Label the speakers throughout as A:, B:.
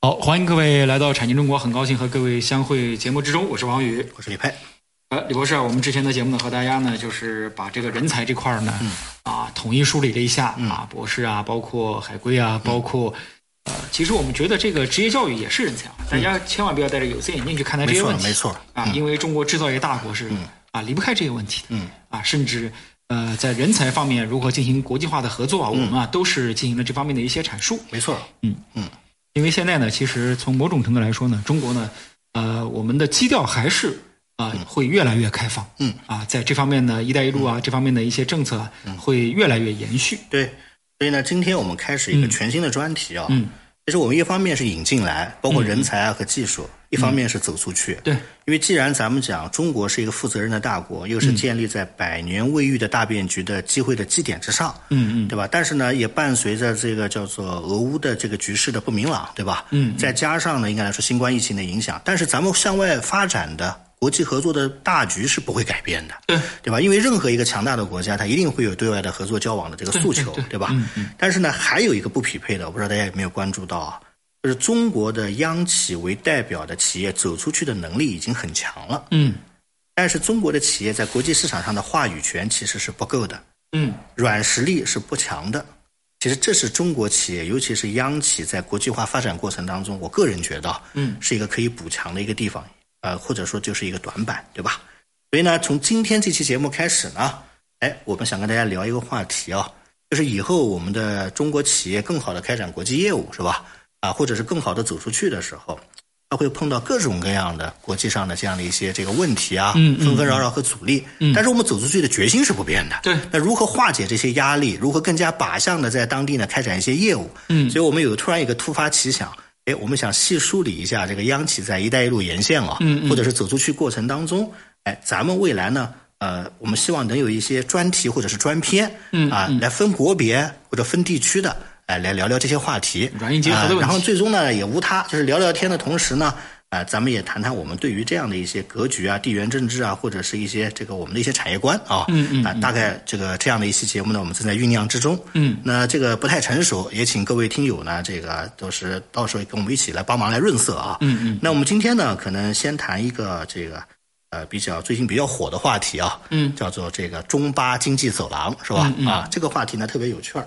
A: 好，欢迎各位来到《产经中国》，很高兴和各位相会节目之中，我是王宇。
B: 我是李佩，
A: 呃，李博士啊，我们之前的节目呢，和大家呢，就是把这个人才这块儿呢，
B: 嗯
A: 啊，统一梳理了一下、啊，博士啊，包括海归
B: 嗯
A: 啊，包括、呃，其实我们觉得这个职业教育也是人才啊，大家千万不要戴着有色眼镜去看待这
B: 嗯没
A: 些
B: 错
A: 问题，
B: 没错
A: 啊，因为中国制造业大国是、啊离不开这个问题的，
B: 嗯
A: 啊，甚至呃在人才方面如何进行国际化的合作啊，我
B: 嗯
A: 们啊都是进行了这方面的一些阐述。
B: 没错，
A: 因为现在呢，其实从某种程度来说呢，中国呢，呃，我们的基调还是啊、会越来越开放，
B: 嗯
A: 啊，在这方面呢，“一带一路啊”这方面的一些政策啊，会越来越延续，
B: 对。所以呢，今天我们开始一个
A: 嗯
B: 全新的专题啊。
A: 嗯。
B: 其实我们一方面是引进来，包括人才啊和技术；一方面是走出去。
A: 嗯对
B: 因为既然咱们讲中国是一个负责任的大国，
A: 嗯
B: 又是建立在百年未遇的大变局的机会的基点之上，
A: 嗯嗯
B: 对吧？但是呢，也伴随着这个叫做俄乌的这个局势的不明朗，对吧？
A: 嗯嗯
B: 再加上呢，应该来说新冠疫情的影响，但是咱们向外发展的国际合作的大局是不会改变的，
A: 对
B: 对吧？因为任何一个强大的国家，它一定会有对外的合作交往的这个诉求，对嗯吧？但是呢，还有一个不匹配的，我不知道大家有没有关注到啊，就是中国的央企为代表的企业走出去的能力已经很强了，
A: 嗯
B: 但是中国的企业在国际市场上的话语权其实是不够的。
A: 嗯
B: 软实力是不强的。其实这是中国企业，尤其是央企在国际化发展过程当中，我个人觉得，啊
A: 嗯，
B: 是一个可以补强的一个地方，呃，或者说就是一个短板，对吧？所以呢，从今天这期节目开始呢，哎，我们想跟大家聊一个话题啊，就是以后我们的中国企业更好的开展国际业务，是吧？啊，或者是更好的走出去的时候，它会碰到各种各样的国际上的这样的一些这个问题啊，
A: 嗯嗯
B: 纷纷扰扰和阻力。嗯但是我们走出去的决心是不变的。
A: 对
B: 那如何化解这些压力？如何更加靶向的在当地呢开展一些业务？
A: 嗯
B: 所以我们有突然一个突发奇想，哎，我们想细梳理一下这个央企在“一带一路”沿线啊，
A: 嗯嗯
B: 或者是走出去过程当中，哎，咱们未来呢，呃，我们希望能有一些专题或者是专篇，
A: 嗯
B: 啊，来分国别或者分地区的，哎，来聊聊这些话题，
A: 软硬结合的
B: 啊
A: 问题
B: 然后最终呢，也无他，就是聊聊天的同时呢。啊、咱们也谈谈我们对于这样的一些格局啊、地缘政治啊，或者是一些这个我们的一些产业观啊，
A: 嗯嗯
B: 啊、大概这个这样的一期节目呢，我们正在酝酿之中。
A: 嗯，
B: 那这个不太成熟，也请各位听友呢，这个都是到时候跟我们一起来帮忙来润色啊。
A: 嗯嗯，
B: 那我们今天呢，可能先谈一个这个呃比较最近比较火的话题啊，
A: 嗯
B: 叫做这个中巴经济走廊是吧？
A: 嗯嗯
B: 啊，这个话题呢特别有趣儿。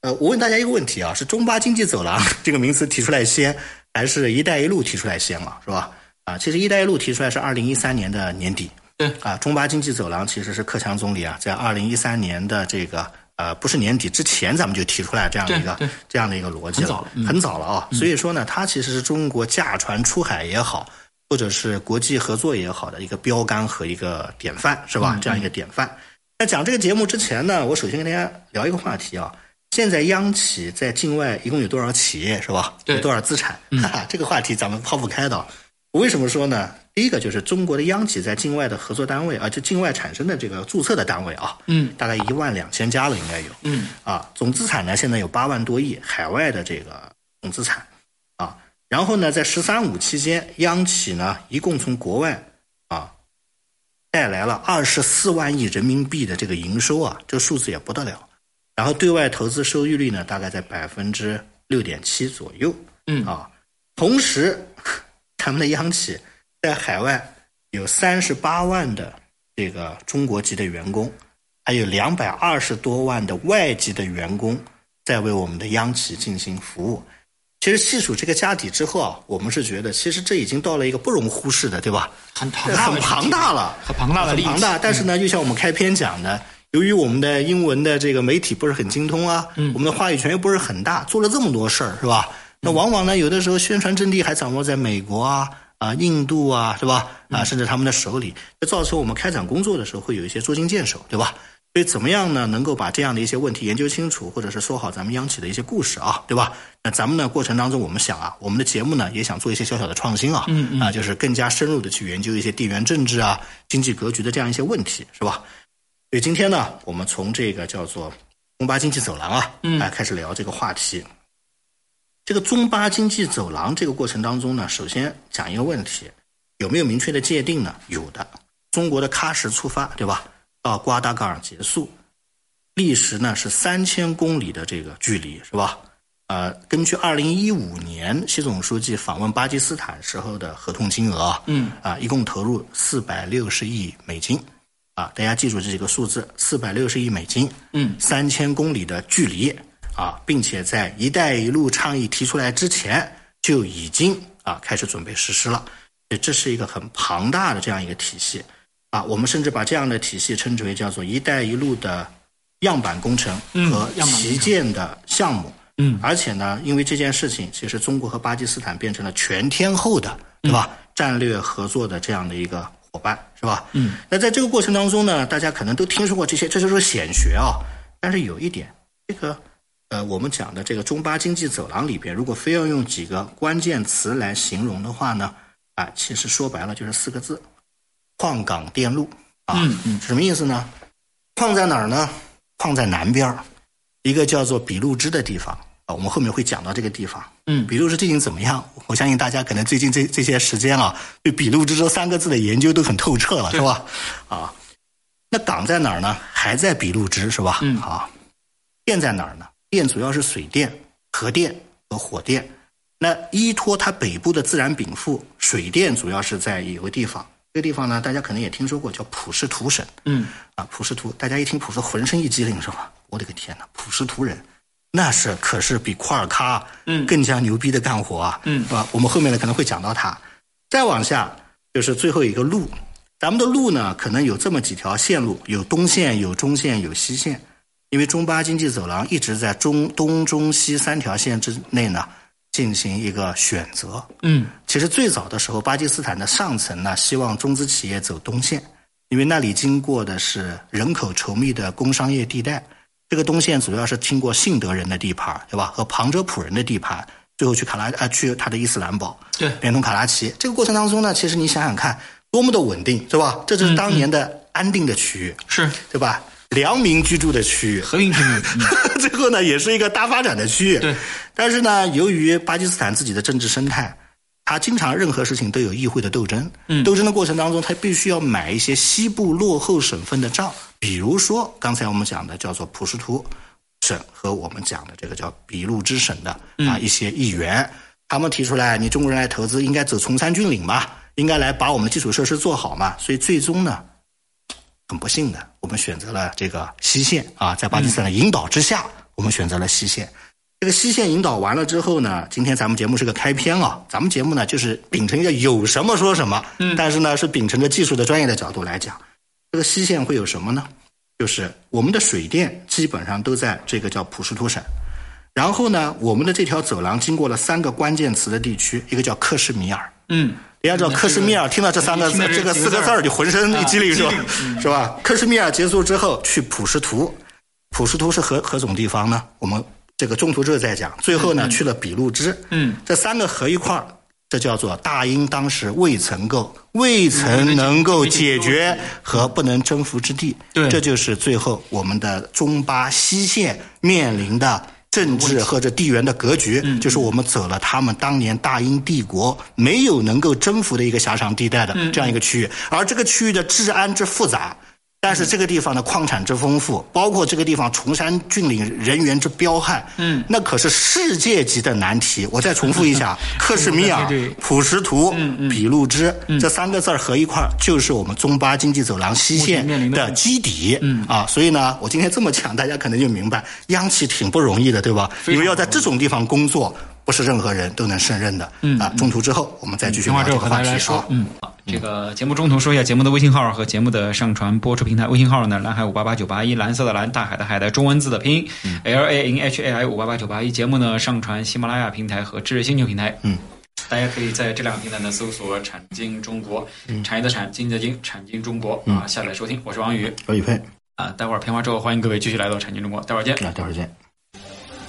B: 呃，我问大家一个问题啊，是中巴经济走廊这个名词提出来先，还是一带一路提出来先了，是吧？啊，其实一带一路提出来是二零一三年的年底。
A: 对
B: 啊，中巴经济走廊其实是克强总理啊，在二零一三年的这个呃不是年底之前，咱们就提出来这样的一个
A: 对对
B: 这样的一个逻辑
A: 很早了嗯
B: 很早了啊。所以说呢，它其实是中国驾船出海也好，或者是国际合作也好的一个标杆和一个典范，是
A: 嗯
B: 吧？这样一个典范。在讲这个节目之前呢，我首先跟大家聊一个话题啊。现在央企在境外一共有多少企业是吧？
A: 对嗯
B: 有多少资产？哈哈，这个话题咱们抛不开的。啊我为什么说呢？第一个就是中国的央企在境外的合作单位啊，就境外产生的这个注册的单位啊，
A: 嗯，
B: 大概一万两千家了，应该有。
A: 嗯，
B: 啊，总资产呢现在有八万多亿，海外的这个总资产啊。然后呢，在“十三五”期间，央企呢一共从国外啊带来了二十四万亿人民币的这个营收啊，这个数字也不得了。然后对外投资收益率呢，大概在百分之六点七左右。
A: 嗯
B: 啊，同时 他们的央企在海外有三十八万的这个中国籍的员工，还有两百二十多万的外籍的员工在为我们的央企进行服务。其实细数这个家底之后啊，我们是觉得其实这已经到了一个不容忽视的，对吧？
A: 很庞大的
B: 很庞大了，
A: 很庞大的嗯利
B: 很
A: 益
B: 庞大。但是呢，就像我们开篇讲的，由于我们的英文的这个媒体不是很精通啊，
A: 嗯
B: 我们的话语权又不是很大，做了这么多事儿，是吧？那往往呢，有的时候宣传阵地还掌握在美国啊、啊印度啊，是吧？
A: 嗯
B: 啊，甚至他们的手里，这造成我们开展工作的时候会有一些捉襟见肘，对吧？所以怎么样呢？能够把这样的一些问题研究清楚，或者是说好咱们央企的一些故事啊，对吧？那咱们呢过程当中，我们想啊，我们的节目呢也想做一些小小的创新啊，嗯嗯啊，就是更加深入的去研究一些地缘政治啊、经济格局的这样一些问题，是吧？所以今天呢，我们从这个叫做中巴经济走廊啊，嗯，来开始聊这个话题。这个中巴经济走廊这个过程当中呢，首先讲一个问题，有没有明确的界定呢？有的，中国的喀什出发，对吧？到瓜达噶尔结束，历时呢是三千公里的这个距离，是吧？呃，根据二零一五年习总书记访问巴基斯坦时候的合同金额啊，嗯，啊，一共投入四百六十亿美金，啊，大家记住这几个数字，四百六十亿美金，嗯，三千公里的距离啊，并且在“一带一路”倡议提出来之前就已经啊开始准备实施了，所以这是一个很庞大的这样一个体系啊，我们甚至把这样的体系称之为叫做“一带一路”的样板工程和
A: 嗯样板工程
B: 旗舰的项目。嗯，而且呢，因为这件事情，其实中国和巴基斯坦变成了全天候的，对吧？
A: 嗯
B: 战略合作的这样的一个伙伴，是吧？嗯。那在这个过程当中呢，大家可能都听说过这些，这就是显学啊。但是有一点，这个呃，我们讲的这个中巴经济走廊里边，如果非要用几个关键词来形容的话呢，啊，其实说白了就是四个字：矿港电路啊。什么意思呢？矿在哪儿呢？矿在南边儿一个叫做比路支的地方啊，我们后面会讲到这个地方。嗯，比路支最近怎么样？我相信大家可能最近这这些时间啊，对比路支这三个字的研究都很透彻了，是吧？啊，那港在哪儿呢？还在比路支是吧？嗯，啊，电在哪儿呢？电主要是水电、核电和火电。那依托它北部的自然禀赋，水电主要是在有个地方，这个地方呢，大家可能也听说过，叫普什图省。嗯，啊，普什图，大家一听普什，浑身一激灵是吧？我的个天哪，普什图人，那是可是比库尔喀嗯更加牛逼的干活啊，嗯，啊，我们后面呢可能会讲到它。再往下就是最后一个路，咱们的路呢可能有这么几条线路，有东线、有中线、有西线。因为中巴经济走廊一直在中东、中西三条线之内呢进行一个选择。嗯，其实最早的时候，巴基斯坦的上层呢希望中资企业走东线，因为那里经过的是人口稠密的工商业地带。这个东线主要是经过信德人的地盘，对吧？和旁遮普人的地盘，最后去卡拉啊，去他的伊斯兰堡，
A: 对
B: 连通卡拉奇。这个过程当中呢，其实你想想看，多么的稳定，是吧？这就是当年的安定的区域。
A: 是
B: 对吧？良民居住的区域，
A: 和平精英。嗯
B: 最后呢，也是一个大发展的区域。
A: 对，
B: 但是呢，由于巴基斯坦自己的政治生态，它经常任何事情都有议会的斗争。嗯，斗争的过程当中，它必须要买一些西部落后省份的账，比如说刚才我们讲的叫做普什图省和我们讲的这个叫俾路支省的啊一些议员，他们提出来，你中国人来投资，应该走崇山峻岭嘛，应该来把我们的基础设施做好嘛，所以最终呢。很不幸的，我们选择了这个西线啊，在巴基斯坦的引导之下，我们选择了西线。这个西线引导完了之后呢，今天咱们节目是个开篇啊，咱们节目呢就是秉承一个有什么说什么，嗯，但是呢是秉承着技术的专业的角度来讲，这个西线会有什么呢？就是我们的水电基本上都在这个叫普什图省，然后呢，我们的这条走廊经过了三个关键词的地区，一个叫克什米尔，
A: 嗯，
B: 大家知道克什米尔，听到这嗯三个字
A: 听到，这
B: 这个
A: 几
B: 四
A: 个字
B: 个
A: 儿
B: 字儿，你浑身一激灵是吧
A: 啊激灵？
B: 是吧？克什米尔结束之后去普什图，普什图是何何种地方呢？我们这个中途之后再讲。最后呢，去了俾路支，
A: 嗯，
B: 这三个合一块儿，这叫做大英当时未曾够，
A: 嗯
B: 未曾能够解决和不能征服之地。
A: 对
B: 这就是最后我们的中巴西线面临的。政治或者地缘的格局，
A: 嗯
B: 就是我们走了他们当年大英帝国没有能够征服的一个狭长地带的
A: 嗯
B: 这样一个区域，而这个区域的治安之复杂，但是这个地方的矿产之丰
A: 嗯
B: 富，包括这个地方崇山峻岭人员之彪悍，嗯，那可是世界级的难题。我再重复 一下，克什米尔
A: 对对、
B: 普什图、
A: 嗯
B: 俾路支这三个字儿合一块儿，就是我们中巴经济走廊西线
A: 目前面临的
B: 的
A: 问
B: 基底。嗯啊，所以呢，我今天这么讲，大家可能就明白，央企挺不容易的，对吧？
A: 常
B: 因为要在这种地方工作。不是任何人都能胜任的。
A: 嗯
B: 啊，中途之后我们再继续
A: 听
B: 聊
A: 完之
B: 这
A: 后
B: 个
A: 和
B: 话
A: 大
B: 题
A: 家来
B: 啊
A: 说。，嗯，好这个节目中途说一下节目的微信号和节目的上传播出平台。微信号呢，蓝海五八八九八一，蓝色的蓝，大海的海的中文字的拼音 L A N H A I 五八八九八一。节目呢上传喜马拉雅平台和知识星球平台。
B: 嗯。
A: 大家可以在这两个平台呢搜索“产经中国”，产业的产，经济的经，产经中国啊，下载收听。我是王宇
B: 刘宇佩，
A: 啊，待会儿片花之后，欢迎各位继续来到产经中国，待会儿见。
B: 那待会儿见。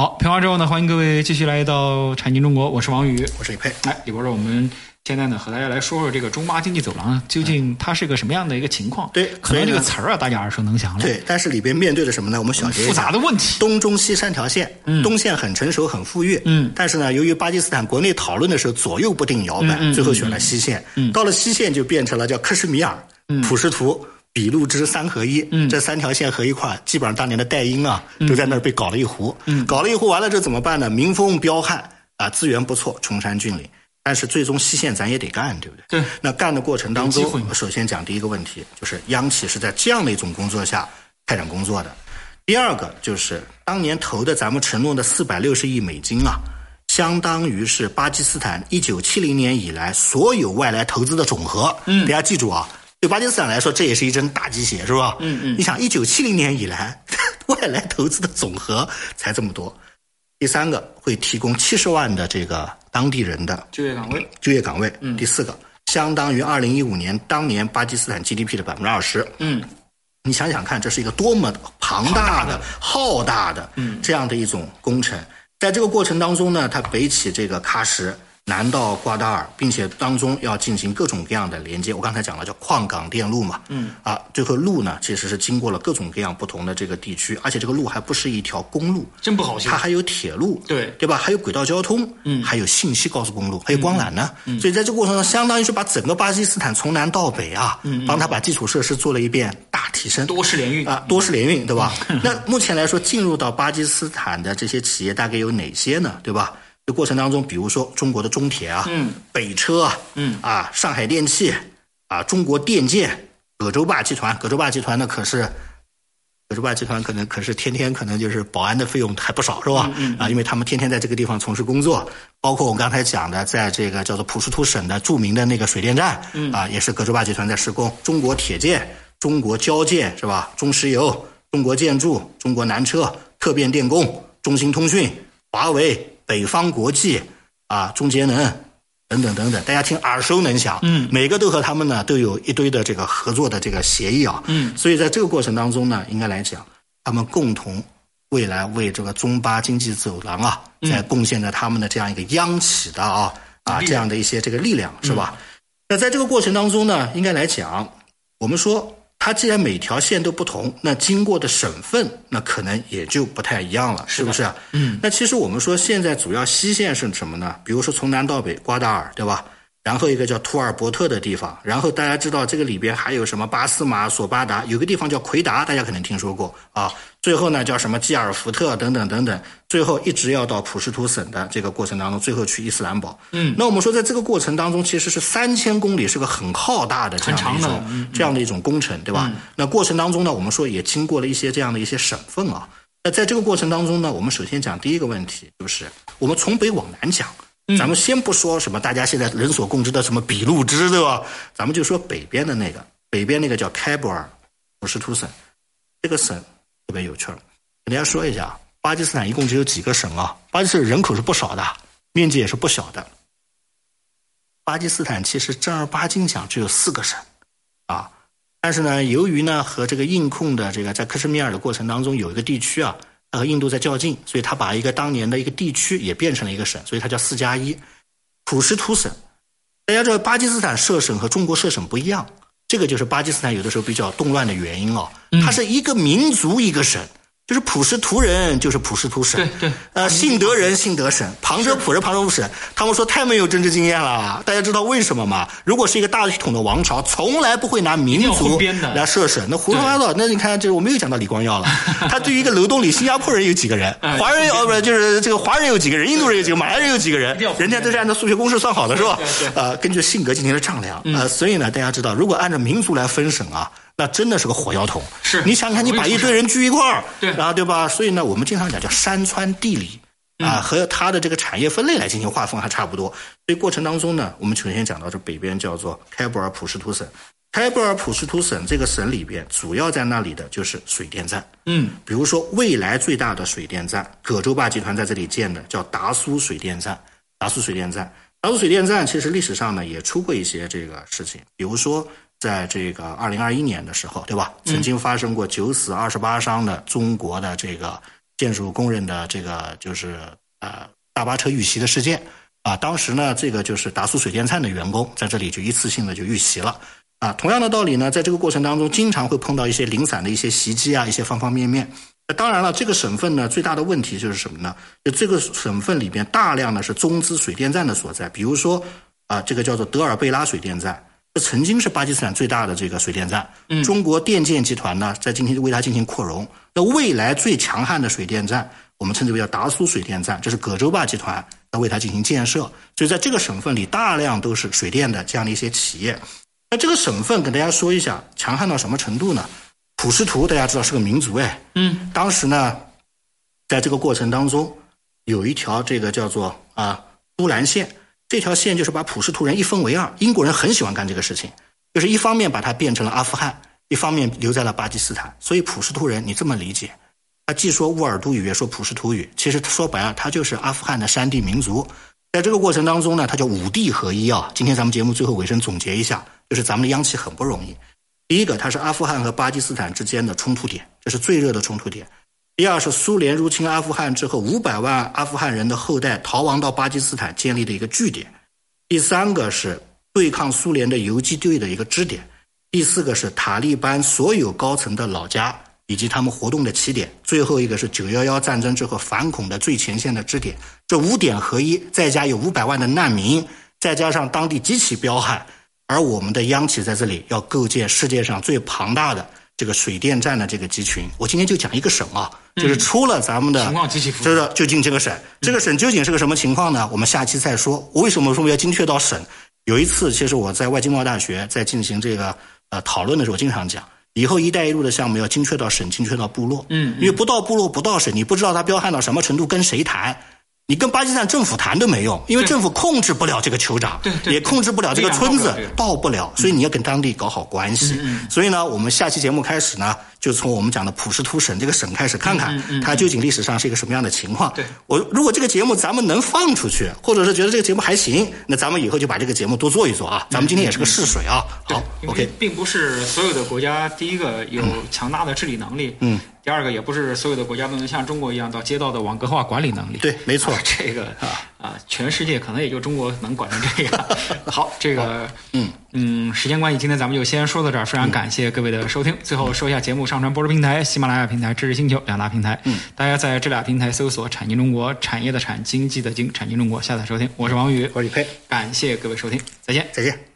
A: 好，片花之后呢，欢迎各位继续来到产经中国，我是王宇，
B: 我是宇佩。
A: 来，李博士，我们现在呢和大家来说说这个中巴经济走廊啊究竟它是个什么样的一个情况？
B: 对
A: 可能这个
B: 所以呢
A: 词儿啊大家耳熟能详了，，
B: 对，但是里边面对着什么呢？我们小结一
A: 嗯
B: 下
A: 复杂的问题。
B: 东中西三条线，东线很成熟很富裕，
A: 嗯
B: 但是呢，由于巴基斯坦国内讨论的时候左右不定摇摆，
A: 嗯嗯嗯
B: 最后选了西线，到了西线就变成了叫克什米尔、普什图。俾路支三合一，
A: 嗯
B: 这三条线合一块，基本上当年的戴英啊，都在那儿被搞了一壶，
A: 嗯
B: 搞了一壶完了之后怎么办呢？民风彪悍啊，资源不错，崇山峻岭，但是最终西线咱也得干，对不对？
A: 对
B: 那干的过程当中
A: 有机会吗，
B: 首先讲第一个问题，就是央企是在这样的一种工作下开展工作的。第二个就是当年投的咱们承诺的四百六十亿美金啊，相当于是巴基斯坦一九七零年以来所有外来投资的总和。嗯，大家记住啊，对巴基斯坦来说，这也是一针大鸡血，是吧？嗯嗯。你想，一九七零年以来 外来投资的总和才这么多。第三个会提供七十万的这个当地人的
A: 就业岗位，
B: 就业岗位。
A: 嗯
B: 第四个，相当于二零一五年当年巴基斯坦 GDP 的百分之二十。
A: 嗯，
B: 你想想看，这是一个多么庞大的、浩大的
A: 嗯
B: 这样的一种工程。在这个过程当中呢，它北起这个喀什，南到瓜达尔，并且当中要进行各种各样的连接。我刚才讲了，叫矿港电路嘛。嗯。啊，最后路呢，其实是经过了各种各样不同的这个地区，而且这个路还不是一条公路，
A: 真不好修
B: 它还有铁路，
A: 对
B: 对吧？还有轨道交通，嗯，还有信息高速公路，还有光缆呢。所以在这个过程中，相当于是把整个巴基斯坦从南到北啊，帮他把基础设施做了一遍大提升。
A: 多式联运
B: 啊，多式联运，对嗯吧？那目前来说，进入到巴基斯坦的这些企业大概有哪些呢？对吧？这过程当中，比如说中国的中铁啊，嗯，北车啊，嗯，啊，上海电气啊，中国电建、葛洲坝集团，葛洲坝集团呢可是。葛洲坝集团可能可是天天可能就是保安的费用还不少是吧？啊，因为他们天天在这个地方从事工作，包括我刚才讲的，在这个叫做普什图省的著名的那个水电站，啊，也是葛洲坝集团在施工。中国铁建、中国交建是吧？中石油、中国建筑、中国南车、特变电工、中兴通讯、华为、北方国际啊、中节能。等等等等，大家听耳熟能详，嗯，每个都和他们呢都有一堆的这个合作的这个协议啊，嗯，所以在这个过程当中呢，应该来讲，他们共同未来为这个中巴经济走廊啊，在贡献着他们的这样一个央企的啊啊这样的一些这个力量是吧？那在这个过程当中呢，应该来讲，我们说它既然每条线都不同，那经过的省份那可能也就不太一样了，是不是？嗯。那其实我们说现在主要西线是什么呢？比如说从南到北，瓜达尔，对吧？然后一个叫图尔伯特的地方，然后大家知道这个里边还有什么巴斯马、索巴达，有个地方叫奎达，大家肯定听说过啊。最后呢叫什么基尔福特等等等等，最后一直要到普什图省的这个过程当中，最后去伊斯兰堡。嗯，那我们说在这个过程当中，其实是三千公里，是个很浩大的这样的一
A: 很长
B: 种
A: 的
B: 这样的一种工程，对吧？那过程当中呢，我们说也经过了一些这样的一些省份啊。那在这个过程当中呢，我们首先讲第一个问题，就是我们从北往南讲。咱们先不说什么大家现在人所共知的什么俾路支，对吧？咱们就说北边的那个，北边那个叫开伯尔，普什图省，这个省特别有趣儿。给大家说一下，巴基斯坦一共只有几个省啊？巴基斯坦人口是不少的，面积也是不小的。巴基斯坦其实正儿八经讲只有四个省，啊，但是呢，由于呢和这个印控的这个在克什米尔的过程当中有一个地区啊，它和印度在较劲，所以它把一个当年的一个地区也变成了一个省，所以它叫四加一，普什图省。大家知道巴基斯坦设省和中国设省不一样，
A: 嗯
B: 这个就是巴基斯坦有的时候比较动乱的原因哦，它是一个民族一个省。就是普什图人，就是普什图神。
A: 对对嗯
B: 呃，信德人信德神，旁遮普人旁遮普神。他们说太没有政治经验了，大家知道为什么吗？如果是一个大一统的王朝，从来不会拿民
A: 一定要
B: 族
A: 混编的
B: 来设神，那胡说八道。那你看，这我没有讲到李光耀了，他对于一个楼栋里新加坡人有几个人，
A: 哎
B: 华人哦不是就是这个华人有几个人，印度人有几个，马来人有几个人
A: 定要，混
B: 人家都是按照数学公式算好的是吧
A: 对对？嗯
B: 呃，根据性格进行了丈量。呃，所以呢，大家知道，如果按照民族来分省啊。那真的是个火药桶，
A: 是
B: 你想想看，你把一堆人聚一块儿，
A: 对
B: 然后对吧？所以呢，我们经常讲叫山川地理
A: 嗯
B: 啊，和它的这个产业分类来进行划分还差不多。所以过程当中呢，我们首先讲到这北边叫做开伯尔普什图省，开伯尔普什图省这个省里边，主要在那里的就是水电站。
A: 嗯，
B: 比如说未来最大的水电站，葛洲坝集团在这里建的，叫达苏水电站。达苏水电站，达苏水电站其实历史上呢也出过一些这个事情，比如说在这个二零二一年的时候，对吧？曾经发生过九死二十八伤的中国的这个建筑工人的这个就是呃大巴车遇袭的事件啊。当时呢，这个就是达苏水电站的员工在这里就一次性的就遇袭了。啊，同样的道理呢，在这个过程当中，经常会碰到一些零散的一些袭击啊，一些方方面面。那当然了，这个省份呢，最大的问题就是什么呢？就这个省份里边大量的是中资水电站的所在，比如说啊、这个叫做德尔贝拉水电站，这曾经是巴基斯坦最大的这个水电站。嗯，中国电建集团呢，在今天为它进行扩容。那未来最强悍的水电站，我们称之为叫达苏水电站，这是葛洲坝集团要为它进行建设。所以在这个省份里，大量都是水电的这样的一些企业。那这个省份跟大家说一下，强悍到什么程度呢？普什图大家知道是个民族哎，嗯，当时呢，在这个过程当中，有一条这个叫做啊都兰线，这条线就是把普什图人一分为二，英国人很喜欢干这个事情，就是一方面把它变成了阿富汗，一方面留在了巴基斯坦，所以普什图人你这么理解，他啊既说乌尔都语，也说普什图语。其实说白了，他就是阿富汗的山地民族。在这个过程当中呢，他叫五地合一啊。今天咱们节目最后尾声总结一下，就是咱们的央企很不容易。第一个，它是阿富汗和巴基斯坦之间的冲突点，这是最热的冲突点。第二是苏联入侵阿富汗之后，五百万阿富汗人的后代逃亡到巴基斯坦建立的一个据点。第三个是对抗苏联的游击队的一个支点，第四个是塔利班所有高层的老家以及他们活动的起点，最后一个是九幺幺战争之后反恐的最前线的支点。这五点合一，再加有五百万的难民，再加上当地极其彪悍，而我们的央企在这里要构建世界上最庞大的。这个水电站的这个集群，我今天就讲一个省啊，就是出了咱们的
A: 嗯情况极其复杂
B: 这个就进这个省。这个省究竟是个什么情况呢？我们下期再说。我为什么说我要精确到省？有一次，其实我在外经贸大学在进行这个呃讨论的时候，经常讲，以后“一带一路”的项目要精确到省，精确到部落。嗯，因为不到部落不到省，你不知道它彪悍到什么程度，跟谁谈。你跟巴基斯坦政府谈都没用，因为政府控制不了这个酋长，
A: 对对
B: 也控制不了这个
A: 力量
B: 村子
A: 到不了这个，
B: 到不了，所以你要跟当地搞好关系。所以呢，我们下期节目开始呢，就从我们讲的普什图省这个省开始看看，它究竟历史上是一个什么样的情况。
A: 对
B: 我如果这个节目咱们能放出去，或者是觉得这个节目还行，那咱们以后就把这个节目多做一做啊。咱们今天也是个试水啊。好
A: 因为
B: ，OK，
A: 并不是所有的国家，第一个有强大的治理能力，
B: 嗯，
A: 第二个也不是所有的国家都能像中国一样到街道的网格化管理能力。
B: 对没错
A: 啊 这个啊，全世界可能也就中国能管成 这样。好，这个嗯嗯，时间关系，今天咱们就先说到这儿。非常感谢各位的收听。
B: 嗯
A: 最后说一下节目上传播出平台：喜马拉雅平台、知识星球两大平台。嗯，大家在这俩平台搜索“产经中国”，产业的产，经济的经，产经中国下载收听。我是王宇，
B: 我是李佩，
A: 感谢各位收听，再见。
B: 再见。